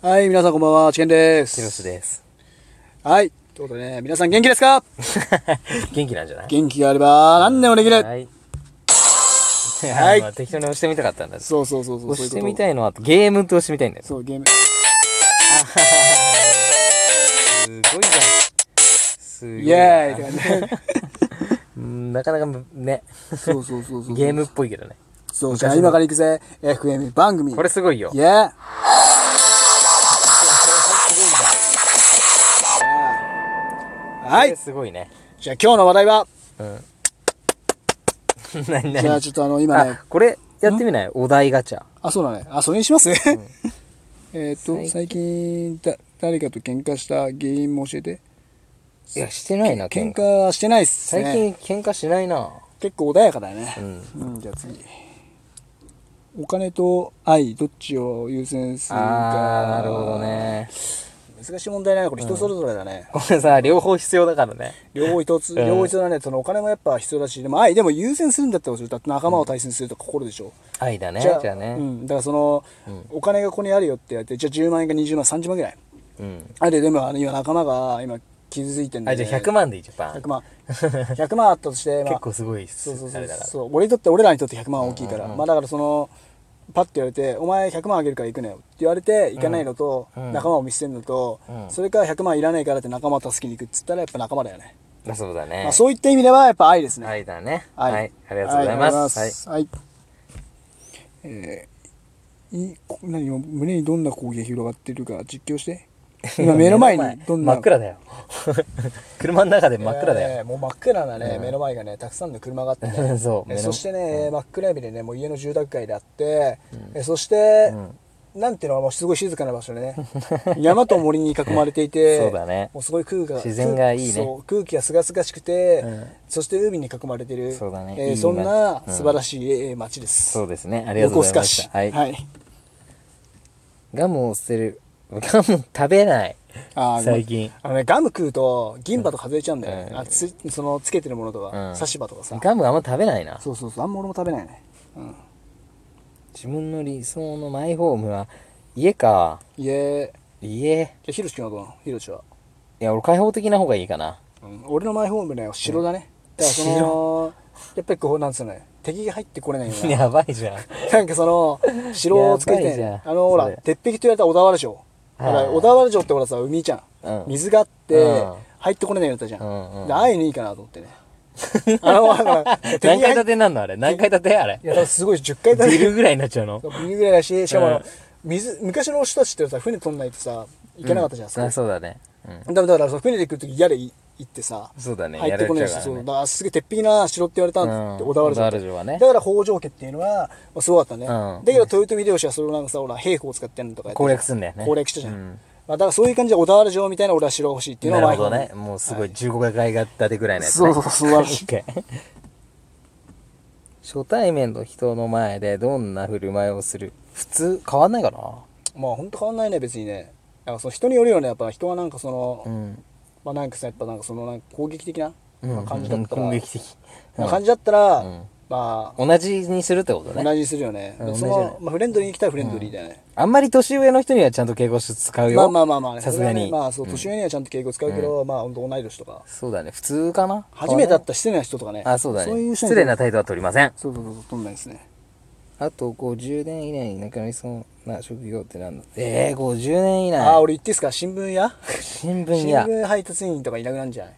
はい、皆さんこんばんは、チケンです。ヒロ スです。はい。ということでね、皆さん元気ですか元気なんじゃない元気があれば、何でもできる。はい。ははい いや。まあ適当に押してみたかったんだ。そうそうそうそう。押してみいたいのは、ゲームと押してみたいんだうよ。こと。そう、ゲーム。すごいじゃん。すごいイェーイってな感じ で。うんなかなかむね、そうそうそうそう。ゲームっぽいけどね。そう、じゃあ今から行くぜ。FM 番組。これすごいよイ。ェーイはこれい。すごいね。 じゃあ今日の話題は、うん。何じゃあ何ちょっとあの、今ねあ、、これ、やってみないお題ガチャ。あ、そうだね。あ、それにします えっと、最最近、だ、誰かと喧嘩した原因も教えて。いや、してないな、喧喧嘩。嘩はしてないっすね。最近喧嘩しないな。結構穏やかだねうん。うん、じゃあ次。お金と愛、どっちを優先すあるーか。、なるほど。ね。難しい問題だね。これ人それぞれだね。これさ、両方必要だからね。両方一つ、両方一つだね。そのお金もやっぱ必要だし、でも愛、でも優先するんだったらそうだって仲間を大切にするとか心でしょ。愛だね。じじゃあゃあね。うん。だからその、お金がここにあるよって言われて、じゃあ10万円か20万、30万ぐらい。うん。あれ、でもあの今仲間が今傷ついてんだあ、じゃあ100万でいいじゃん、パン100。万。100万あったとして、まあ 結構すごいっす。そうそうそあうれだから。そう俺にとって俺らにとって100万は大きいから、まあだからそのパッて言われて「お前100万あげるから行くねよ」って言われて行かないのと、うん仲間を見捨てるのと、うんそれから100万いらないからって仲間を助けに行くっつったらやっぱ仲間だよね、まあそうだね。まあ、そういった意味ではやっぱ愛ですね愛だね。愛はい。ありがとうございます。ははいい。はいえーいこ何今胸にどんな攻撃が広がってるか実況して今目の前にどんな真っ暗だよ。 車の中で真っ暗だえよ。ーもう真っ暗なね、目の前がねたくさんの車があってね そうえー目のそしてね、真っ暗闇でねもう家の住宅街であって、えーそして、なんていうのもうすごい静かな場所でね 山と森に囲まれていて そうだねもうすごい空気が自然がいいねそう空気がすがすがしくて、うんそして海に囲まれてるそうだねえーいいねそんなうん素晴らしい、えー街ですそうですね。ありがと横うご須ざいま賀し市た。はい。はい、ガムを捨てる。ガム食べない。あー最近。あのね、ガム食うと銀歯と外れちゃうんだよね、うんあつそのつけてるものとか、うん差し歯とかさガムあんま食べないな。そうそうそうあんま俺も食べないね、うん、自分の理想のマイホームは、家か。いえじ家。ゃあひろし君はどうなのひろしは、いや、俺開放的な方がいいかな。うん、俺のマイホームね城だね、だからそのやっぱりこうなんつうのね敵が入ってこれないようなやばいじゃん。なんかその城を作りたやばいいじねゃんあのほらそれ鉄壁と言われた小田原城ほらはい小田原城ってほらさ海じゃん、うん水があって、うん入ってこれないようになったじゃん、うんうんでああいうのいいかなと思ってねあの だから敵が何階入っ建てなんのあれ何階建てあれいやだからすごい10階建ビてルぐらいになっちゃうのビルぐらいだししかもあの、うん水昔の人たちってさ船取んないとさ行けなかったじゃん、そこあそうだね。うだん。からだからその船で来るとき嫌で行ってさそうだね。入ってこないし、やられちゃそううからだねからすげえ鉄壁な城って言われたんですって、うん小田原城小田原城はねだから北条家っていうのはまあすごかったね、うんだけど豊臣秀吉はそれをなんかさほら兵法を使ってんのとかやって攻略すんだよね。攻略したじゃん、うんまあ、だからそういう感じで小田原城みたいな俺は城欲しいっていうのなはるほどね。もうすごい15階建てぐらいのやつね。そうそう素晴ら しい OK 初対面の人の前でどんな振る舞いをする普通変わんないかなまあ本当変わんないね別にねなんかその人によるよねやっぱ人はなんかその、うん。まあなんかさやっぱなんかそのなんか攻撃的な、まあ感じだうんったら、攻撃的。まあ感じだったら、うんまあ同じにするってこと同ね。じにするよね、うそん同じだのね、まあ、フレンドリーに来たらフレンドリーだよね、あんまり年上の人にはちゃんと敬語して使うよ。まあまあまあまあね、さすがそれはに。ねまあそう、年上にはちゃんと敬語使うけど、まあ本当同い年とか。そうだね。普通かな初めて会った失礼な人とかね。あ、そうだね。いう人に失礼な。態度は取りません。そうそうそう、とんないですね。あと50年以内になくなりそうな職業ってなんだえー、50年以内ああ、俺言っていいっすか新聞屋新新聞や聞配達員とかいなくなるんじゃない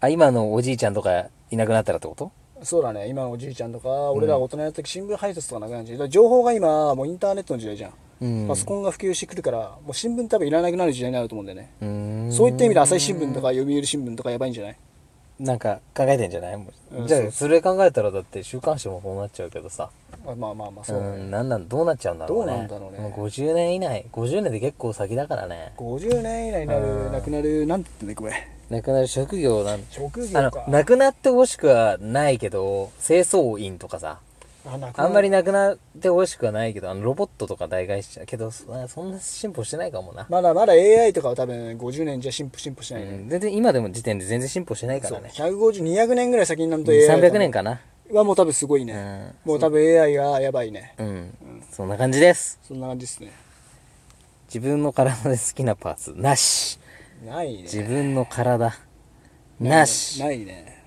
あ、今のおじいちゃんとかいなくなったらってことそうだね、今のおじいちゃんとか、俺らが大人になった時新聞配達とかなくなるんじゃないだから情報が今、もうインターネットの時代じゃん。うんパソコンが普及してくるから、もう新聞多分いらなくなる時代になると思うんだよね。うーん。そういった意味で朝日新聞とか読売新聞とかやばいんじゃないなんか考えてんじゃないもううんじゃそうあ、それ考えたらだって週刊誌もこうなっちゃうけどさ。あまあまあまあ、うそうだね。ん、なんなん、どうなっちゃうんだろうね。どうなんだろうねも50年以内。50年って結構先だからね。 50年以内になる、なくなる、なんて言ってんだこれ。なくなる職業なん職あ業かの、。なくなってほしくはないけど、清掃員とかさ。あなくなあんまりなくなってほしくはないけど、あの、ロボットとか代替しちゃうけど、そあそんな進歩してないかもな。まだまだ AI とかは多分50年じゃ進歩進歩しなういね。ん、全然今でも時点で全然進歩してないかそらう、ね。 150、200年ぐらい先になると AI 300年かな。はもう多分すごいね。もう多分 AI がやばいね。うん。そんな感じです。そんな感じですね。自分の体で好きなパーツなしないね自分の体なしないね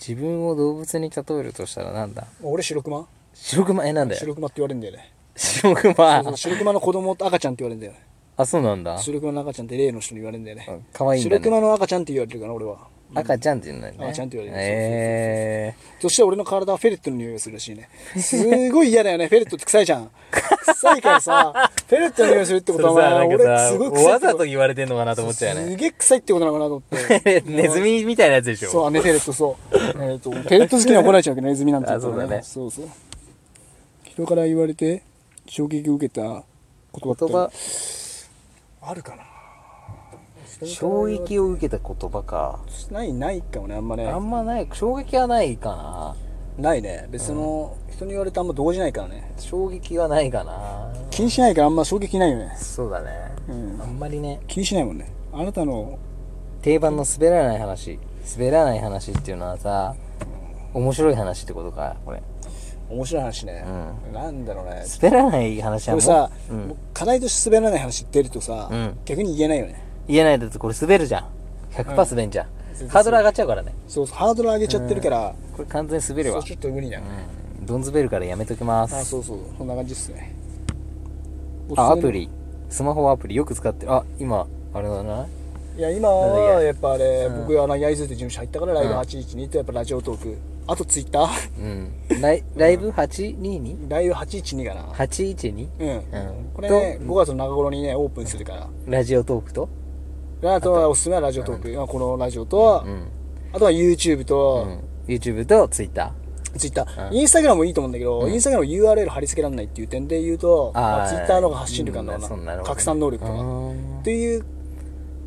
自分を動物に例えるとしたらなんだ俺白熊白熊えなんだ白よ熊って言われるんだよね白そうそ熊う白熊の子供と赤ちゃんって言われるんだよねあそうなんだ白熊の赤ちゃんって例の人に言われるんだよねあ可愛いんだね白熊の赤ちゃんって言われてるから俺は赤ちゃんって言うんだよね赤ちゃんって言われるえそして俺の体はフェレットの匂いがするらしいね。すごい嫌だよね。フェレットって臭いじゃん。臭いから さ、フェレットの匂いするってえことはお前、俺すごい臭いってこと。わざと言われてんのかなと思っちゃうよねすげえ臭いってことなのかなと思っ て。ネズミみたいなやつでしょそう、ね、フェレット、そう。えーと、フェレット好きには怒られちゃうけど、ネズミなんて。あそうだねそうそう。人から言われて、衝撃を受けた言葉って言葉あるかな衝撃を受けた言葉かない、ないかもね、あんまねあ。んまない衝撃はないかなないね。別の、人に言われてあんま動じないからね。衝撃はないかな気にしないからあんま衝撃ないよね。そうだね、うんあんまりね気にしないもんね。あなたの定番の滑らない話滑らない話っていうのはさ面白い話ってことかこれ面白い話ね、なんだろうね滑らない話は俺もうさ、うんもう課題として滑らない話出るとさ、うん逆に言えないよね言えないだってこれ滑るじゃん100%滑んじゃん、然ハードル上がっちゃうからねそうそうハードル上げちゃってるから、これ完全に滑るそわうちょっと無理だよね、うんドン滑るからやめときますあそうそうそんな感じっすねあおアすすめのプリスマホアプリよく使ってるあ今あれだないや今なんだっはけやっぱあれ、僕あの焼津って事務所入ったからライブ812とやっぱラジオトークあとツイッターうんライライブ 822? ライブ812かな 812? うん、うんこれね5月の中頃にねオープンするからラジオトークとであとはおすすめはラジオトーク、まあこのラジオと、んあとは YouTube と、うん YouTube と Twitter ツイッター、インスタグラムもいいと思うんだけど、インスタグラム URL 貼り付けられないっていう点で言うと、あーツイッターの方が発信力あるんだろううんそんな、なの拡散能力とうか。んっていう、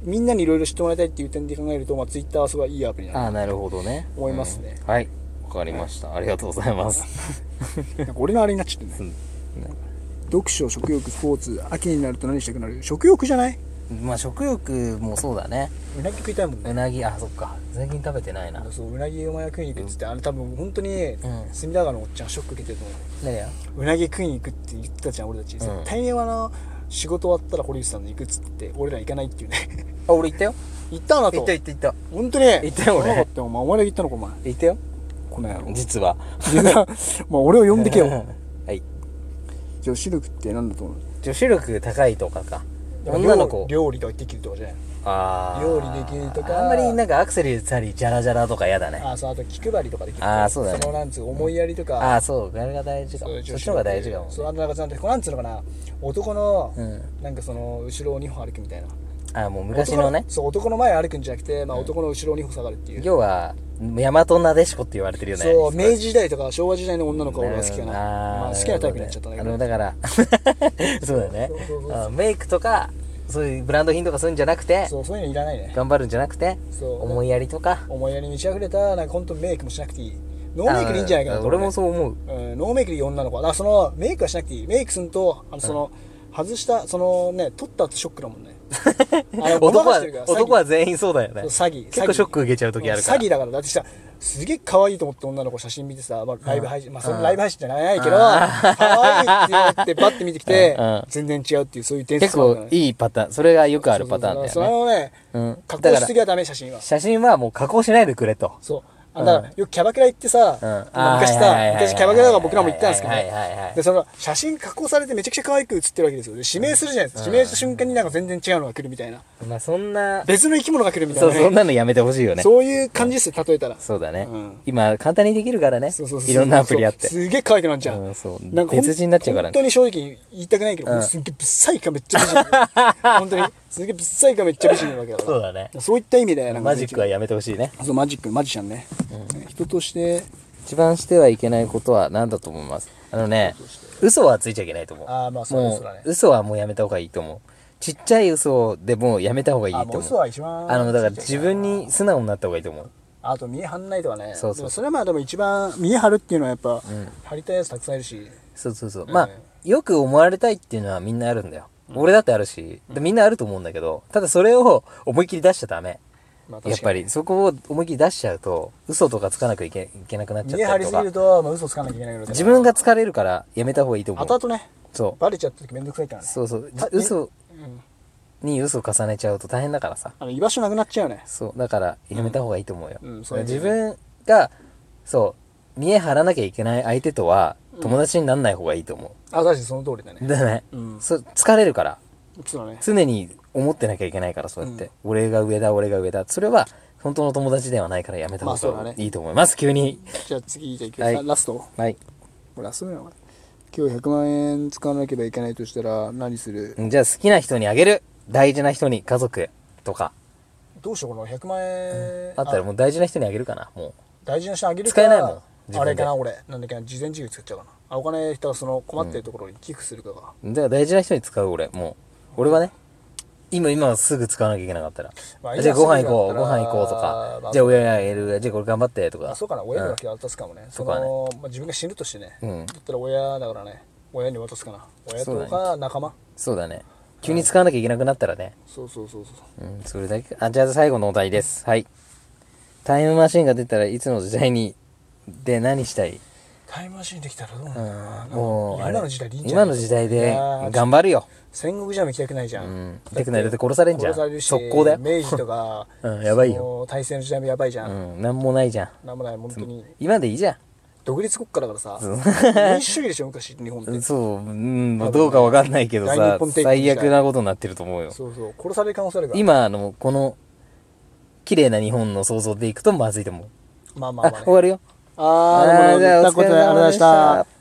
みんなにいろいろ知ってもらいたいっていう点で考えると、まあ、ツイッターはすごいいいアプリだあなあなるほどね思いますねうんはいわかりましたありがとうございますなんか俺のあれになっちゃってね。読書、食欲、スポーツ、秋になると何したくなる食欲じゃない まあ食欲もそうだねうなぎ食いたいもんうね。なぎあそっか最近食べてないなそううなぎお前が食いに行くっつってあれ多分本当にん隅田川のおっちゃんショック受けてると思何やううなぎ食いに行くって言ってたじゃん俺たち絶対にあの仕事終わったら堀内さんの行くっつって俺ら行かないっていうね あ俺行ったよ行ったなと行った行った行った本当に言ったよ俺そうだ ってお前お前が言ったのかお前行ったよこの野郎 実はまあ俺を呼んでけ よはい女子力って何だと思う女子力高いとかか女の子料理料理ができるとかじゃないあー料理できるとかあんまりなんかアクセルしたりジャラジャラとか嫌だねああそうあと気配りとかできるとあーそうだねそのなんつう思いやりとあかあそうあれが大事かそういもうそ女っ子ち力の方が大事かもそうあとなんかなんてなんつうのかな男のうんなんかその後ろを2歩歩くみたいなああもう昔のね男そう男の前歩くんじゃなくてまあ男の後ろを2歩下がるっていう要は大和なでしこって言われてるよねそう明治時代とか昭和時代の女の子は俺は好きかなうんまああー好きなタイプになっちゃったんだけあのどだから そうだねそうそうそうあメイクとかそういうブランド品とかそういうんじゃなくてそうそういうのいらないね頑張るんじゃなくてそう思いやりとか思いやりに満ち溢れたなんか本当メイクもしなくていいノーメイクでいいんじゃないかなあとー俺もそう思うう、ん、ノーメイクでいい女の子はだからそのメイクはしなくていいメイクするとあのその、外したそのね取った後ショックだもん ねあのごま男かしはてるから詐欺男は全員そうだよねそう詐欺結構ショック受けちゃう時あるから詐欺だからだってさすげえ可愛いと思って女の子写真見てさ、まあ、ライブ配信、まあそのライブ配信じゃないけど可愛いって言ってバッて見てきて、 うんうん全然違うっていうそういう点数結構いいパターンそれがよくあるパターンだそよねのね、うん加だ工かしらすぎはダメ写真は写真はもう加工しないでくれとそう。あだから、よくキャバクラ行ってさ、うんまああー昔はいはさ、いはいはい昔キャバクラとか僕らも行ったんですけどはいはいはいはねい、で、その、写真加工されてめちゃくちゃ可愛く写ってるわけですよ。で、指名するじゃないですか。指名した瞬間になんか全然違うのが来るみたいな。まあそんな別の生き物が来るみたいそなうね。そんなのやめてほしいよねそういう感じですよ、例えたら。そうだねうん今簡単にできるからねそうそうそういろんなアプリあってそうすげえ可愛くなっちゃううんそうなんかほん別人になっちゃうから本ね当に正直言いたくないけど、すっげえぶっさいかめっちゃ美 人本当にすげえぶっさいかめっちゃ美人なわけだからそうだねそういった意味でなんかマジックはやめてほしいねそうマジックマジシャンね、人として一番してはいけないことは何だと思いますあのね嘘はついちゃいけないと思うあーまあそうも嘘だね嘘はもうやめた方がいいと思うちっちゃい嘘でもうやめた方がいいとあ思もうう嘘は一番あのだから自分に素直になった方がいいと思うあと見え張んないとかねそうそうでもそれはまあでも一番見え張るっていうのはやっぱ、張りたいやつたくさんいるしそうそうそう、まあよく思われたいっていうのはみんなあるんだよ、俺だってあるしでみんなあると思うんだけどただそれを思いっきり出しちゃダメまあ確かにやっぱりそこを思いっきり出しちゃうと嘘とかつかなきゃいけいけなくなっち見え張ゃったりりすとぎかると、まあ、嘘つかなきゃいけないけど自分が疲れるからやめた後がいいと思う後々ねそバレちゃった時めんどくさいからうねそうそうた嘘うんに嘘を重ねちゃうと大変だからさあの居場所なくなっちゃうねそうだからやめた方がいいと思うよ、うんうんそうだね自分がそう見え張らなきゃいけない相手とはうん友達にならない方がいいと思あ確かにその通りだう、ねだね、うんそ疲れるからそうだね常に思ってなきゃいけないからそうやって、俺が上だ俺が上だそれは本当の友達ではないからやめたまあそ方うだがねいいと思います、急にじゃあ次じゃあ行くはよいラストはいこれラストなのかな今日100万円使わなければいけないとしたら何するじゃあ好きな人にあげる大事な人に家族とかどうしようかな100万円あったらもう大事な人にあげるかなも大事な人あげるか使えないもん自分であれかな俺なんだっけな事前事業使っちゃうかなあお金人がその困ってるところに寄付するかが、うじゃあ大事な人に使う俺もう俺はね今今すぐ使わなきゃいけなかったら、まあじゃあご飯行こう今すぐだったごら飯行こうとか、まあじゃあ親にあげるじゃあこれ頑張ってとかあそうかな親にうだんけ渡すかもね、そそうかねのまあ、自分が死ぬとしてね、うんだったら親だからね親に渡すかな親そうだとねか仲間そうだね急に使わなきゃいけなくなったらね、そう,、そうそうそううん、それだけあじゃあ最後のお題ですはいタイムマシンが出たらいつの時代にで何したい、タイムマシンできたらどうなうるんのかな、もうあれ今の時代でいいんじゃない今の時代いでやー頑張るよ戦国じゃ行きたくないじゃん、うん行きたくないだって殺されんじゃん殺されるし速攻だよ明治とか、 うんやばいよその体制の時代もやばいじゃん、うんなんもないじゃんなんもない本当に今でいいじゃん独立国家だからさ 民主主義でしょ昔日本ってそう、うん、まあどうかわかんないけど大さ日本、帝国時最代悪なことになってると思うよ。そうそう殺される可能性あるから今の、この、綺麗な日本の想像でいくとまずいと思う。まあまあ、あまあ、終わるよ。あーどうもどうもじゃ言あったことでありがとうございました